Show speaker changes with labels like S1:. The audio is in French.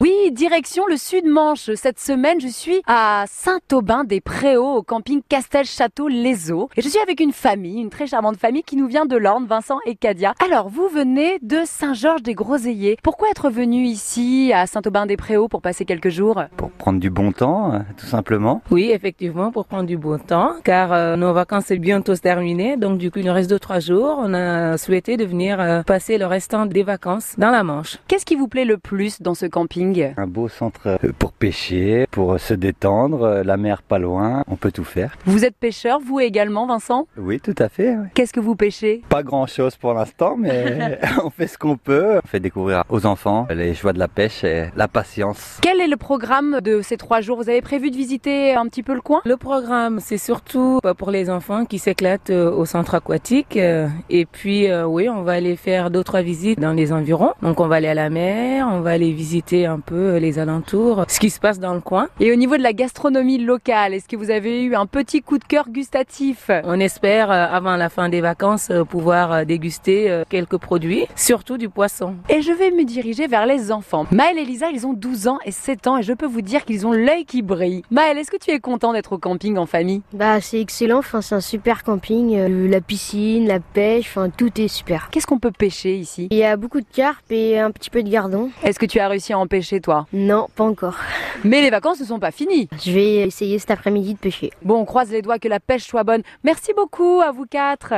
S1: Oui, direction le sud Manche. Cette semaine, je suis à Saint-Aubin-des-Préaux, au camping Castel-Château-Les Eaux. Et je suis avec une famille, une très charmante famille qui nous vient de l'Orne, Vincent et Cadia. Alors, vous venez de Saint-Georges-des-Groseillers. Pourquoi être venu ici, à Saint-Aubin-des-Préaux, pour passer quelques jours
S2: Pour prendre du bon temps, euh, tout simplement.
S3: Oui, effectivement, pour prendre du bon temps, car euh, nos vacances sont bientôt terminées, donc du coup, il nous reste deux, trois jours. On a souhaité de venir euh, passer le restant des vacances dans la Manche.
S1: Qu'est-ce qui vous plaît le plus dans ce camping
S2: Un beau centre euh, pour pêcher, pour euh, se détendre, euh, la mer pas loin, on peut tout faire.
S1: Vous êtes pêcheur, vous également, Vincent
S2: Oui, tout à fait. ouais.
S1: Qu'est-ce que vous pêchez
S2: Pas grand-chose pour l'instant, mais on fait ce qu'on peut. On fait découvrir aux enfants les joies de la pêche et la patience.
S1: Quel est le programme de ces trois jours Vous avez prévu de visiter un petit peu le coin
S3: Le programme, c'est surtout euh, pour les enfants qui s'éclatent euh, au centre aquatique. euh, Et puis, euh, oui, on va aller faire deux, trois visites dans les environs. Donc, on va aller à la mer, on va aller visiter un peu euh, les alentours, ce qui se passe dans le coin.
S1: Et au niveau de la gastronomie locale, est-ce que vous avez eu un petit coup de cœur gustatif
S3: On espère, euh, avant la fin des vacances, euh, pouvoir euh, déguster euh, quelques produits, surtout du poisson.
S1: Et je vais me diriger vers les enfants. Maël et Lisa, ils ont 12 ans et 7 ans et je peux vous dire qu'ils ont l'œil qui brille. Maël, est-ce que tu es content d'être au camping en famille
S4: Bah c'est excellent, enfin c'est un super camping, euh, la piscine, la pêche, enfin tout est super.
S1: Qu'est-ce qu'on peut pêcher ici
S4: Il y a beaucoup de carpes et un petit peu de gardon.
S1: Est-ce que tu as réussi à en pêcher toi
S4: Non, pas encore.
S1: Mais les vacances ne sont pas finies.
S4: Je vais essayer cet après-midi de pêcher.
S1: Bon, on croise les doigts que la pêche soit bonne. Merci beaucoup à vous quatre.